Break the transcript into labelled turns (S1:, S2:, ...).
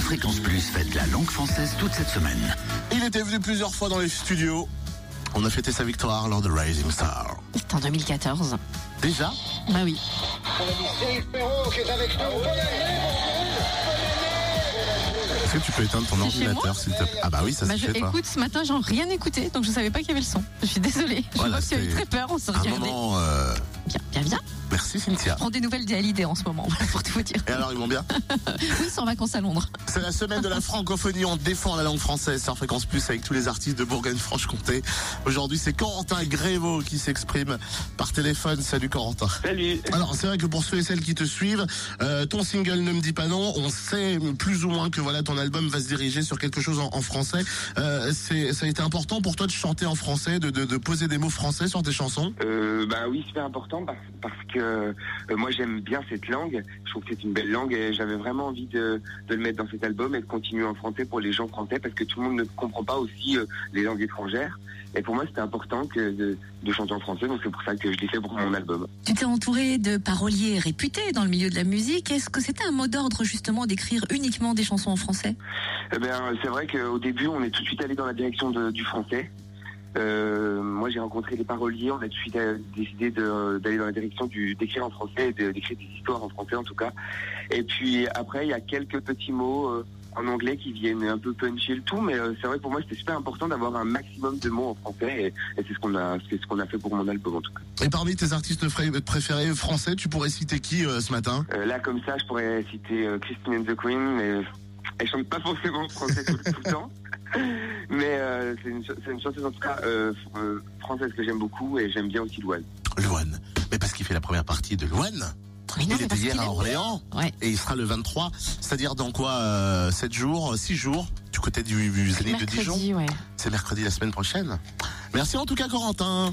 S1: Fréquence Plus fête la langue française toute cette semaine.
S2: Il était venu plusieurs fois dans les studios. On a fêté sa victoire lors de Rising Star.
S3: C'était en 2014.
S2: Déjà
S3: Bah oui.
S2: Est-ce que tu peux éteindre ton
S3: C'est chez
S2: ordinateur, s'il te plaît Ah bah oui, ça
S3: Bah,
S2: se
S3: je
S2: fait pas.
S3: écoute ce matin, j'en rien écouté, donc je savais pas qu'il y avait le son. Je suis désolée. Je
S2: Voilà,
S3: vois que tu as eu
S2: c'est
S3: très peur, on s'est
S2: Un
S3: regardé.
S2: moment... euh,
S3: Bien, bien, bien.
S2: Merci Cynthia.
S3: Je prends des nouvelles des Hallyday en ce moment, voilà, pour tout vous dire.
S2: Et alors, ils vont bien
S3: Oui, ils sont en vacances à Londres.
S2: C'est la semaine de la francophonie. On défend la langue française sur Fréquence Plus avec tous les artistes de Bourgogne-Franche-Comté. Aujourd'hui, c'est Corentin Grévaux qui s'exprime par téléphone. Salut Corentin.
S4: Salut.
S2: Alors, c'est vrai que pour ceux et celles qui te suivent, euh, ton single Ne me dis pas non, on sait plus ou moins que voilà ton album va se diriger sur quelque chose en, en français. Euh, c'est- ça a été important pour toi de chanter en français, de, de- de poser des mots français sur tes chansons
S4: Euh, bah oui, super important parce, parce que euh, moi j'aime bien cette langue. Je trouve que c'est une belle langue et j'avais vraiment envie de, de le mettre dans cet album et de continuer en français pour les gens français parce que tout le monde ne comprend pas aussi euh, les langues étrangères. Et pour moi c'était important que de, de chanter en français donc c'est pour ça que je l'ai fait pour mon album.
S5: Tu t'es entouré de paroliers réputés dans le milieu de la musique. Est-ce que c'était un mot d'ordre justement d'écrire uniquement des chansons en français
S4: Eh ben, c'est vrai qu'au début, on est tout de suite allé dans la direction de- du français. Euh, moi, j'ai rencontré les paroliers. On a tout de suite euh, décidé de- d'aller dans la direction du d'écrire en français, de- d'écrire des histoires en français en tout cas. Et puis après, il y a quelques petits mots euh, en anglais qui viennent un peu puncher le tout, mais euh, c'est vrai pour moi, c'était super important d'avoir un maximum de mots en français, et, et c'est ce qu'on a, c'est ce qu'on a fait pour mon album en tout cas.
S2: Et parmi tes artistes fra- préférés français, tu pourrais citer qui euh, ce matin
S4: Euh, là, comme ça, je pourrais citer euh, Christine and the Queen, mais euh, elle chante pas forcément français tout, tout le temps. Mais euh, c'est une, ch- c'est une chanteuse en tout cas euh, f- euh, française que j'aime beaucoup et j'aime bien aussi Louane.
S2: Loane. Mais parce qu'il fait la première partie de Loane.
S3: Mais non,
S2: il
S3: c'est
S2: était
S3: parce
S2: hier
S3: qu'il
S2: à
S3: aime.
S2: Orléans.
S3: Ouais.
S2: Et il sera le 23, c'est-à-dire dans quoi euh, 7 jours, 6 jours, du côté du, du Zénith de Dijon.
S3: Mercredi, ouais.
S2: C'est mercredi la semaine prochaine. Merci en tout cas Corentin.